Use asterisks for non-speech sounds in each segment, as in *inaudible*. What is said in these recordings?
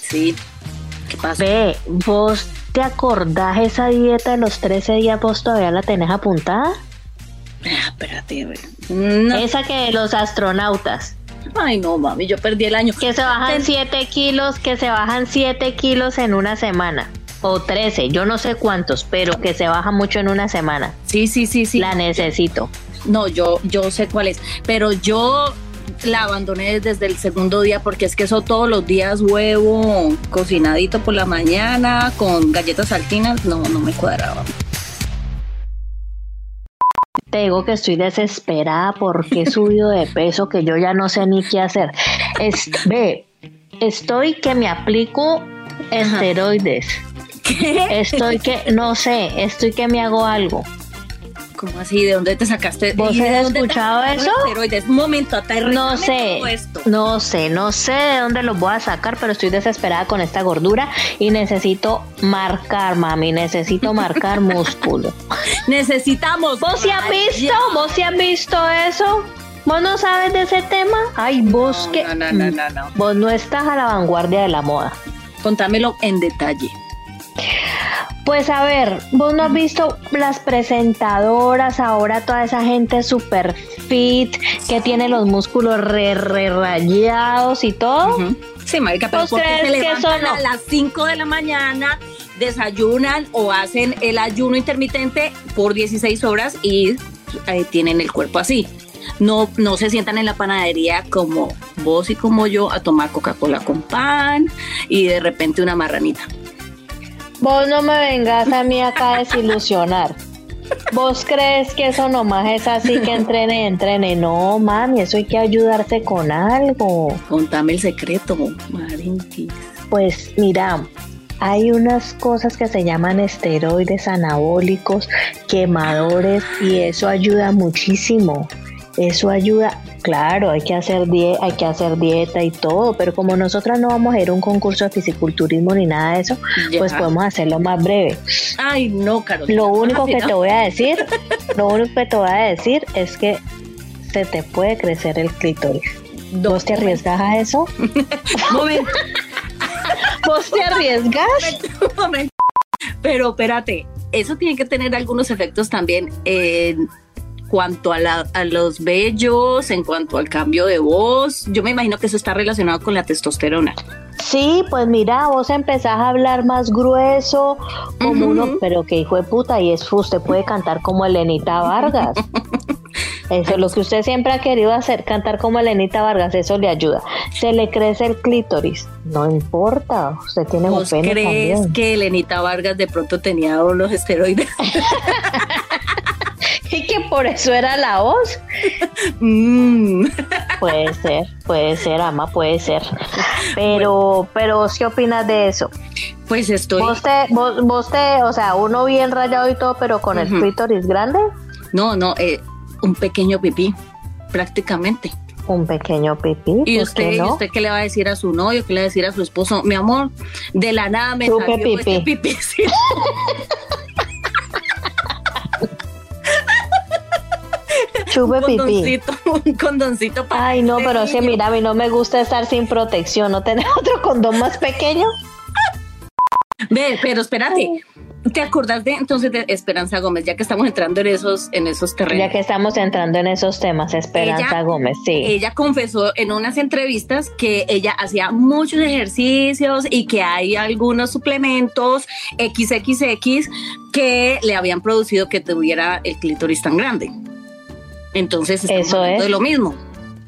Sí. ¿Qué pasa? Ve, vos te acordás esa dieta de los 13 días, vos todavía la tenés apuntada. Ah, espérate, güey. No. Esa que de los astronautas. Ay, no, mami, yo perdí el año. Que se bajan 7 kilos, que se bajan 7 kilos en una semana. O 13, yo no sé cuántos, pero que se baja mucho en una semana. Sí, sí, sí, sí. La necesito. No, yo, yo sé cuál es. Pero yo la abandoné desde el segundo día porque es que eso todos los días huevo cocinadito por la mañana con galletas saltinas, no, no *laughs* me cuadraba. Te digo que estoy desesperada porque he subido de peso que yo ya no sé ni qué hacer. Es, ve, estoy que me aplico esteroides. ¿Qué? Estoy que, no sé, estoy que me hago algo. ¿Cómo así? ¿De dónde te sacaste? ¿Vos ¿Y de has dónde te escuchado sacaron eso? los Esteroides. Un momento, aterrizame No sé, todo esto. no sé, no sé de dónde los voy a sacar, pero estoy desesperada con esta gordura y necesito marcar, mami, necesito *laughs* marcar músculo. Necesitamos. ¿Vos sí has visto? rayar. ¿Vos sí has visto eso? ¿Vos no sabes de ese tema? Ay, vos No, que... no, no, no, no, no. Vos no estás a la vanguardia de la moda. Contámelo en detalle. Pues a ver, vos no has visto las presentadoras, ahora toda esa gente super fit, que tiene los músculos re, re rayados y todo. Ujú. Sí, marica, pero ¿Vos ¿por qué crees se que levantan eso no? a las 5 de la mañana, desayunan o hacen el ayuno intermitente por 16 horas y eh, tienen el cuerpo así? No, no se sientan en la panadería como vos y como yo a tomar Coca-Cola con pan y de repente una marranita. Vos no me vengas a mí *laughs* acá a desilusionar. ¿Vos crees que eso nomás es así *laughs* que entrene, entrene? No, mami, eso hay que ayudarse con algo. Contame el secreto, Marinki. Pues mira, hay unas cosas que se llaman esteroides anabólicos, quemadores, y eso ayuda muchísimo. Eso ayuda, claro, hay que hacer die hay que hacer dieta y todo, pero como nosotras no vamos a ir a un concurso de fisiculturismo ni nada de eso, Ya. pues podemos hacerlo más breve. Ay, no, Carolina. Lo único Ay, que no. te voy a decir, lo único que te voy a decir es que se te puede crecer el clítoris. ¿Vos te arriesgas a *laughs* eso? Momento, *laughs* ¿Vos te arriesgas? momento. Pero espérate, eso tiene que tener algunos efectos también en cuanto a, la- a los vellos, en cuanto al cambio de voz. Yo me imagino que eso está relacionado con la testosterona. Sí, pues mira, vos empezás a hablar más grueso, como Ujú. uno, pero que hijo de puta, y es usted puede cantar como Elenita *laughs* Vargas. Eso es lo que usted siempre ha querido hacer, cantar como Elenita Vargas, eso le ayuda. Se le crece el clítoris, no importa, usted tiene un ¿Vos pene crees también. que Elenita Vargas de pronto tenía unos esteroides? *laughs* Y que por eso era la voz. Mm. Puede ser, puede ser, ama, puede ser. Pero, pero, ¿qué opinas de eso? Pues estoy. Vos te, vos, vos te, o sea, uno bien rayado y todo, pero con el Ujú. clítoris grande, No, no, eh, un pequeño pipí, prácticamente. un pequeño pipí. ¿Y ¿por usted, qué y no? usted qué le va a decir a su novio? ¿Qué le va a decir a su esposo? Mi amor, de la nada me Supe salió este pipí. pipí. *laughs* Sí. Chupe un pipí. condoncito, *laughs* un condoncito para Ay, no, este pero es que niño. mira, a mí no me gusta estar sin protección. ¿No tenés *laughs* otro condón más pequeño? Ve, pero espérate. ¿Te acordás de entonces de Esperanza Gómez? Ya que estamos entrando en esos, en esos terrenos. Ya que estamos entrando en esos temas, Esperanza Ella- Gómez, sí. Ella confesó en unas entrevistas que ella hacía muchos ejercicios y que hay algunos suplementos XXX que le habían producido que tuviera el clítoris tan grande. Entonces, estamos Eso hablando es. de lo mismo.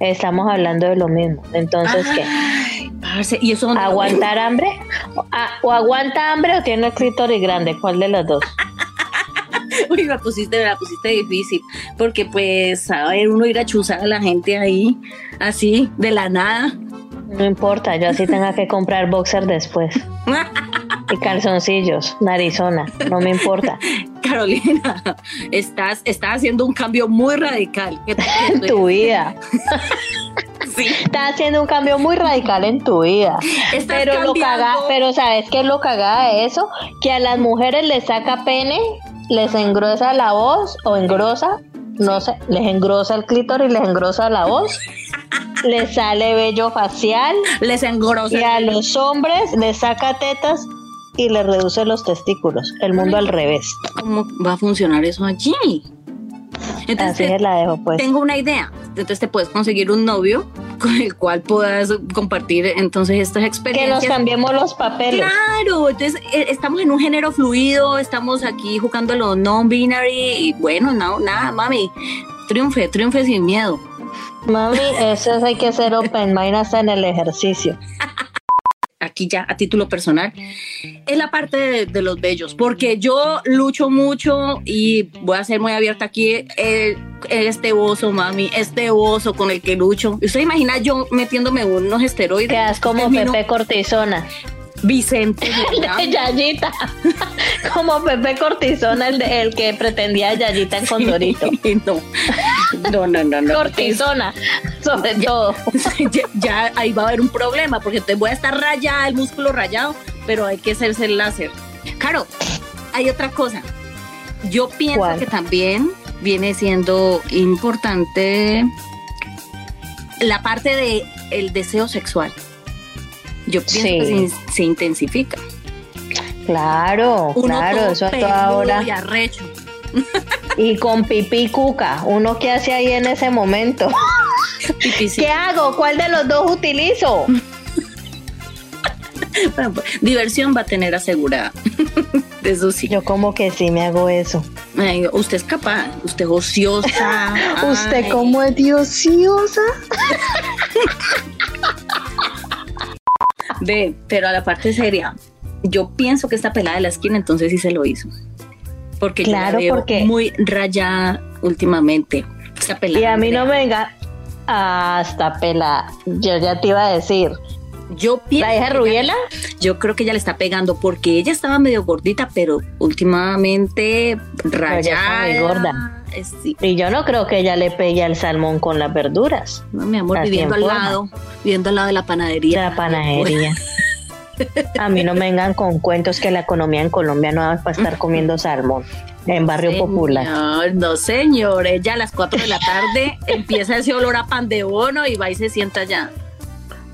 Estamos hablando de lo mismo. Entonces, ¿qué? Ay, parce, y eso dónde lo venden? ¿Aguantar hambre? O- a- ¿O aguanta hambre o tiene el clítoris grande? ¿Cuál de las dos? *laughs* Uy, la pusiste, la pusiste difícil. Porque, pues, a ver, uno ir a chuzar a la gente ahí, así, de la nada. *laughs* No importa, yo así tenga que comprar boxer después. Y calzoncillos, narizona, no me importa. Carolina, estás, estás haciendo un cambio muy radical. ¿Qué tal que En *laughs* estoy- tu vida. Sí. Estás haciendo un cambio muy radical en tu vida. Estás Pero lo cambiando. caga, pero sabes qué es lo cagada de eso, que a las mujeres les saca pene, les engruesa la voz o engrosa, no sé, les engrosa el clítoris, les engrosa la voz, les sale vello facial Les engrosa. y a los hombres les saca tetas y les reduce los testículos. El mundo al revés. ¿Cómo va a funcionar eso allí? Entonces, Así se la dejo pues. tengo una idea. Entonces te puedes conseguir un novio con el cual puedas compartir entonces estas Que nos experiencias. cambiemos los papeles. Claro, entonces eh, estamos en un género fluido, estamos aquí jugando a lo non-binary y bueno, no, nada, mami, triunfe, triunfe sin miedo. Mami, eso es, hay que ser open mind hasta en el ejercicio. aquí ya a título personal, es la parte de, de los bellos, porque yo lucho mucho y voy a ser muy abierta aquí, eh, este oso, mami, este oso con el que lucho. ¿Usted imagina yo metiéndome unos esteroides? Quedas como Termino Pepe Cortisona. *laughs* Vicente. ¿verdad? De Yayita. Como Pepe Cortisona, el, de- el que pretendía a Yayita en *laughs* Condorito. no, no, no, no. no. Cortisona, sobre todo. *laughs* ya, ya ahí va a haber un problema, porque te voy a estar rayada, el músculo rayado, pero hay que hacerse el láser. Claro, hay otra cosa. Yo pienso ¿Cuál? que también viene siendo importante la parte de el deseo sexual. Yo pienso Sí. que se, in- se intensifica. Claro, Uno Oh, claro, todo eso a toda peludo hora. y arrecho. Y con pipí cuca, uno que hace ahí en ese momento. *laughs* Pipicito. ¿Qué hago? ¿Cuál de los dos utilizo? *laughs* Diversión va a tener asegurada. *laughs* De Eso sí. Yo como que sí me hago eso. Ay, usted es capaz, usted es ociosa. *laughs* ¿Usted Ay. cómo es diociosa? Ve, pero a la parte seria, yo pienso que esta pelada de la esquina entonces sí se lo hizo. Porque Claro, yo la veo porque- muy rayada últimamente. Esta pelada. Y a mí no Andrea. me venga hasta pela. Yo ya te iba a decir. Yo pienso. ¿La hija que ella- Rubiela? Yo creo que ella le está pegando porque ella estaba medio gordita, pero últimamente rayada. muy gorda. Eh, Sí. Y yo no creo que ella le pegue al salmón con las verduras. No, mi amor, Así viviendo en al forma. lado, viviendo al lado de la panadería. La panadería. A mí no me vengan con cuentos que la economía en Colombia no va a estar comiendo salmón en barrio Señor, popular. No, señor, ella a las 4 de la tarde *laughs* empieza ese olor a pan de bono y va y se sienta allá.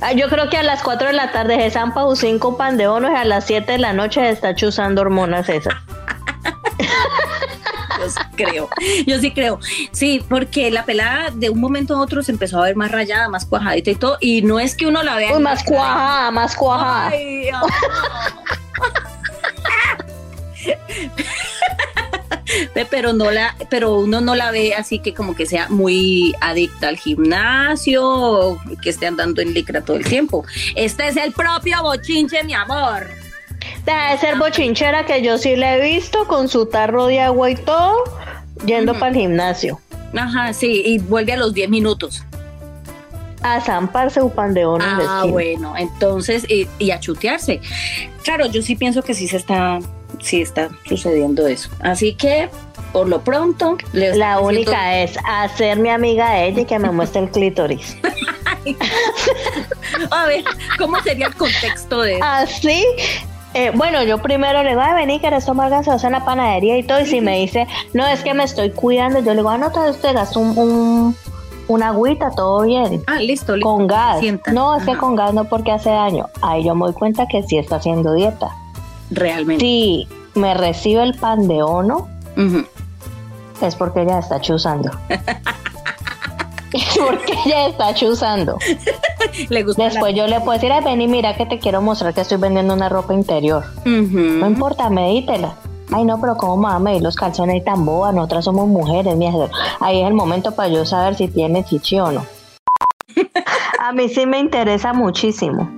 Ah, Yo creo que a las 4 de la tarde se zampa un 5 pan de bono y a las 7 de la noche se está chuzando hormonas esas. Yo sí creo, yo sí creo. Sí, porque la pelada de un momento a otro se empezó a ver más rayada, más cuajadita y todo. Y no es que uno la vea. Uy, Pues más cuajada, más cuajada. Ay, ah. Ve, pero no la pero uno no la ve así que como que sea muy adicta al gimnasio o que esté andando en licra todo el tiempo este es el propio bochinche mi amor Deja de ser bochinchera que yo sí la he visto con su tarro de agua y todo, yendo para el gimnasio. ajá sí y vuelve a los 10 minutos A zamparse un pan de bono en la Ah, esquina. bueno, entonces, y, y a chutearse. Claro, yo sí pienso que sí se está, sí está sucediendo eso. Así que, por lo pronto, les La única es hacer mi amiga de ella y que me muestre el *laughs* clítoris. A ver, ¿cómo sería el contexto de Ah, Así, eh, bueno, yo primero le digo, ay, vení, querés tomar gaseosa en la panadería y todo. Y si me dice, no, es que me estoy cuidando, yo le digo, ah, no, te usted gasta un, un- una agüita, todo bien. Ah, listo, listo. Con gas. sientan. No, es que Ajá. con gas no porque hace daño. Ahí yo me doy cuenta que sí está haciendo dieta. Realmente. Si me recibe el pan de ono, Ujú. es porque ella está *laughs* chuzando. Es porque ella está chuzando. Le gusta. Después yo le puedo decir, ay, vení, mira que te quiero mostrar que estoy vendiendo una ropa interior. la- Ujú. No importa, medítela. Ay, no, pero ¿cómo me va a medir los calzones ahí tan boba? Nosotras somos mujeres, mi mujer. Ahí es el momento para yo saber si tiene chichi o *laughs* no. A mí sí me interesa muchísimo.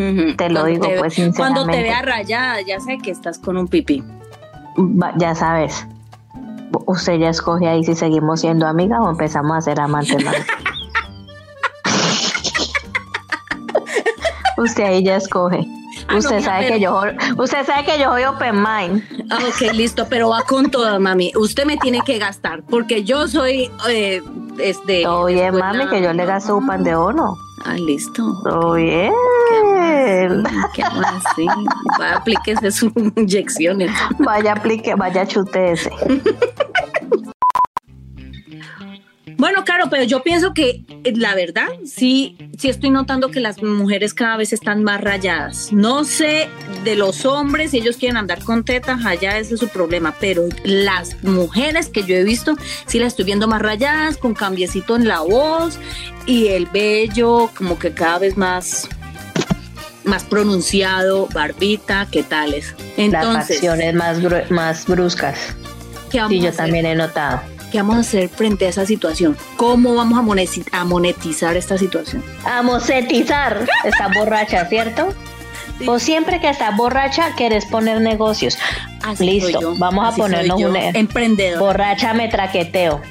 Ujú. te lo digo, pues, Cuando te sinceramente. vea rayada, ya sé que estás con un pipí. Va- ya sabes. Usted ya escoge ahí si seguimos siendo amigas o empezamos a ser amantes. ¿no? Usted ahí ya escoge. Ah, no, usted mija, sabe pero- que yo usted sabe que yo soy open mind. Ah, ok, listo, pero va con toda, mami. Usted me tiene que gastar, porque yo soy, eh, este... Todo bien, mami, que yo le gasto un pan de ono. Ah, listo. Todo bien. ¿Qué más? Sí, va, aplíquese sus inyecciones. Vaya aplique, vaya chute ese. Bueno, claro, pero yo pienso que eh, la verdad, sí, sí estoy notando que las mujeres cada vez están más rayadas. No sé de los hombres, si ellos quieren andar con tetas, allá ese es su problema, pero las mujeres que yo he visto, sí las estoy viendo más rayadas, con cambiecito en la voz y el vello como que cada vez más más pronunciado, barbita, ¿qué tales? Las Entonces, facciones más, bru- más bruscas. ¿qué vamos Sí, a yo hacer? también he notado. ¿Qué vamos a hacer frente a esa situación? ¿Cómo vamos a monesi- a monetizar esta situación? A mosetizar. Estás borracha, ¿cierto? Sí. O siempre que estás borracha, quieres poner negocios. Así Listo, soy yo, vamos a así soy ponernos yo, un e- emprendedor. Borracha me traqueteo.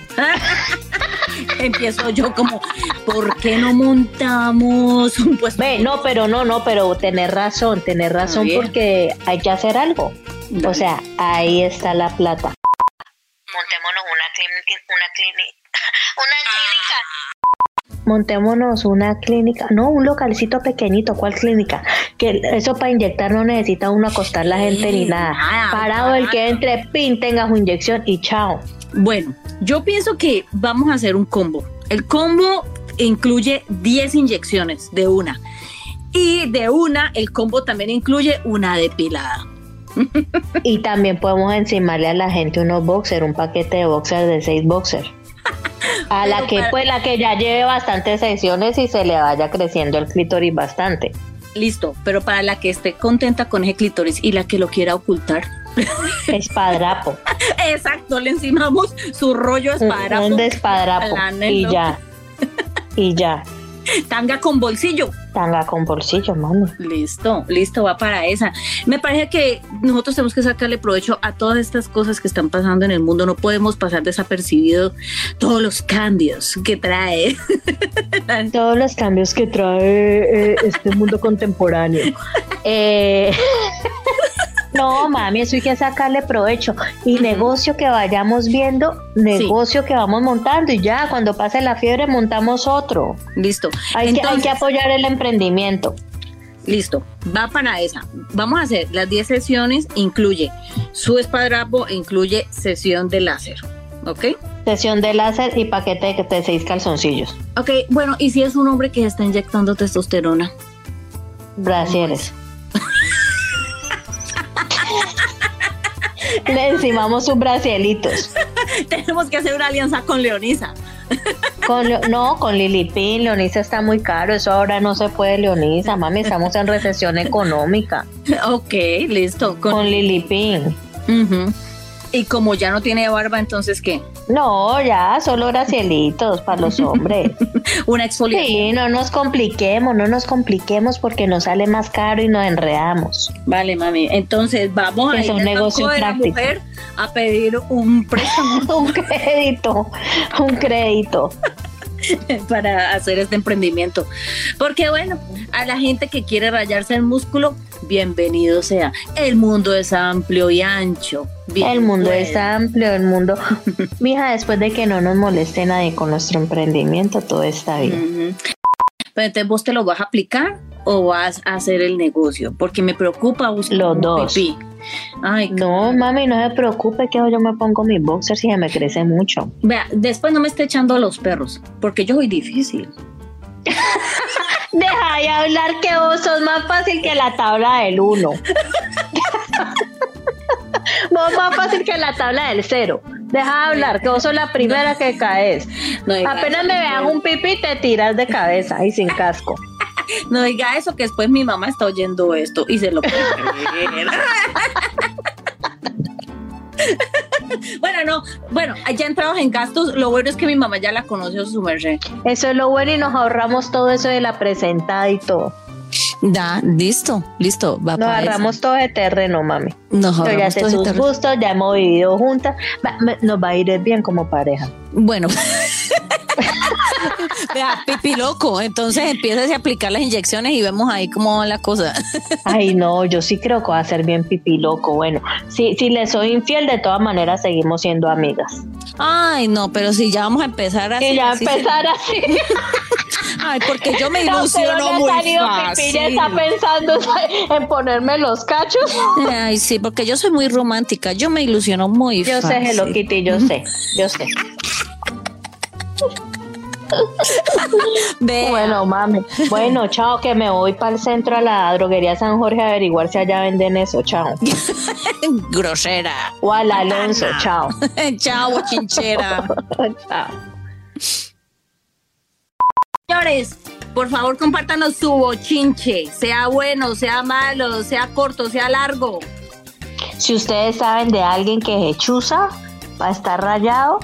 Empiezo yo como, ¿por qué no montamos un puesto? Ve, no, pero no, no, pero tener razón, tener razón bien. porque hay que hacer algo. Dale. O sea, ahí está la plata. Montémonos una clínica, una clínica, una clínica. Montémonos una clínica, no, un localcito pequeñito, ¿cuál clínica? Que eso para inyectar no necesita uno acostar la gente ni Sí, nada. nada, Parado el que entre, pin, tenga su inyección y chao. Bueno, yo pienso que vamos a hacer un combo. El combo incluye 10 inyecciones de una. Y de una, el combo también incluye una depilada. Y también podemos encimarle a la gente unos boxer, un paquete de boxer de seis boxer. A la Pero que, para- pues, la que ya lleve bastantes sesiones y se le vaya creciendo el clítoris bastante. Listo, pero para la que esté contenta con ese clítoris y la que lo quiera ocultar, Espadrapo. Exacto, le encimamos su rollo un- esparapo. Un despadrapo. Planelo. Y ya. Y ya. Tanga con bolsillo. Tanga con bolsillo, mami. Listo, listo, va para esa. Me parece que nosotros tenemos que sacarle provecho a todas estas cosas que están pasando en el mundo. No podemos pasar desapercibido todos los cambios que trae. *laughs* Todos los cambios que trae este mundo contemporáneo. Eh, *laughs* no, mami, eso hay que sacarle provecho. Y negocio que vayamos viendo, negocio que vamos montando. Y ya, cuando pase la fiebre, montamos otro. Listo. Hay, que, hay Entonces- que apoyar el emprendimiento. Listo, va para esa. Vamos a hacer las 10 sesiones, incluye su espadrapo, incluye sesión de láser. ¿Ok? Sesión de láser y paquete de, de seis calzoncillos. Ok, bueno, ¿y si es un hombre que está inyectando testosterona? Brasieres. *laughs* Le encimamos sus *laughs* brasielitos. *laughs* Tenemos que hacer una alianza con Leonisa. *laughs* Con Leo- no, con Lilipín, Leonisa está muy caro, eso ahora no se puede, Leonisa, mami, estamos en recesión económica. Ok, listo. Con, con- Lilipín. Ujú. Y como ya no tiene barba, entonces ¿qué? No, ya, solo bracielitos para los hombres. Una exfoliación. Sí, no nos compliquemos, no nos compliquemos porque nos sale más caro y nos enredamos. Vale, mami. Entonces vamos a Es ir un al Banco negocio de la práctico. mujer a pedir un *laughs* préstamo Un crédito, un crédito. para hacer este emprendimiento. Porque bueno, a la gente que quiere rayarse el músculo, bienvenido sea. El mundo es amplio y ancho. Bien El mundo puede. es amplio, el mundo. Mija, después de que no nos moleste nadie con nuestro emprendimiento, todo está bien. Ujú. Pero entonces vos te lo vas a aplicar o vas a hacer el negocio, porque me preocupa buscar Los un dos. pipí. Ay, No, mami, no se preocupe que yo me pongo mis boxers y se me crece mucho. Vea, después no me esté echando a los perros, porque yo soy difícil. Deja de hablar que vos sos más fácil que la tabla del uno. vos más fácil que la tabla del cero. Deja de hablar que vos sos la primera que caes. No diga Apenas eso, me vean un pipí te tiras de cabeza y sin casco. No diga eso, que después mi mamá está oyendo esto y se lo puede creer. *laughs* Bueno, no, bueno, ya entrados en gastos, lo bueno es que mi mamá ya la conoce a su merced. Eso es lo bueno y nos ahorramos todo eso de la presentada y todo. Da, listo, listo, va Nos para esa. agarramos todo de terreno, mami. Nos Yo ya ahorramos sé todo ese sus terreno. gustos, ya hemos *laughs* vivido juntas. Va- me- nos va a ir bien como pareja. Bueno. sea, pipi loco. Entonces empiezas a aplicar las inyecciones y vemos ahí cómo va la cosa. *laughs* Ay, no, yo sí creo que va a ser bien pipi loco. Bueno, si, si le soy infiel, de todas maneras seguimos siendo amigas. Ay, no, pero si ya vamos a empezar así. Y ya así empezar *laughs* así. se- Ay, porque yo me *laughs* No, pero ilusiono me ha muy salido pipí, ya fácil. está pensando *laughs* en ponerme los cachos. Ay, sí, porque yo soy muy romántica. Yo me ilusiono muy Yo sé, fácil. Hello Kitty, yo sé, yo sé. Vea. Bueno, mami. Bueno, chao, que me voy para el centro a la droguería San Jorge a averiguar si allá venden eso. Chao. *laughs* Grosera. *laughs* O al Alonso, chao. Chao, *laughs* chinchera. chao. Señores, por favor compártanos su bochinche, sea bueno, sea malo, sea corto, sea largo. Si ustedes saben de alguien que se chuza para estar rayado,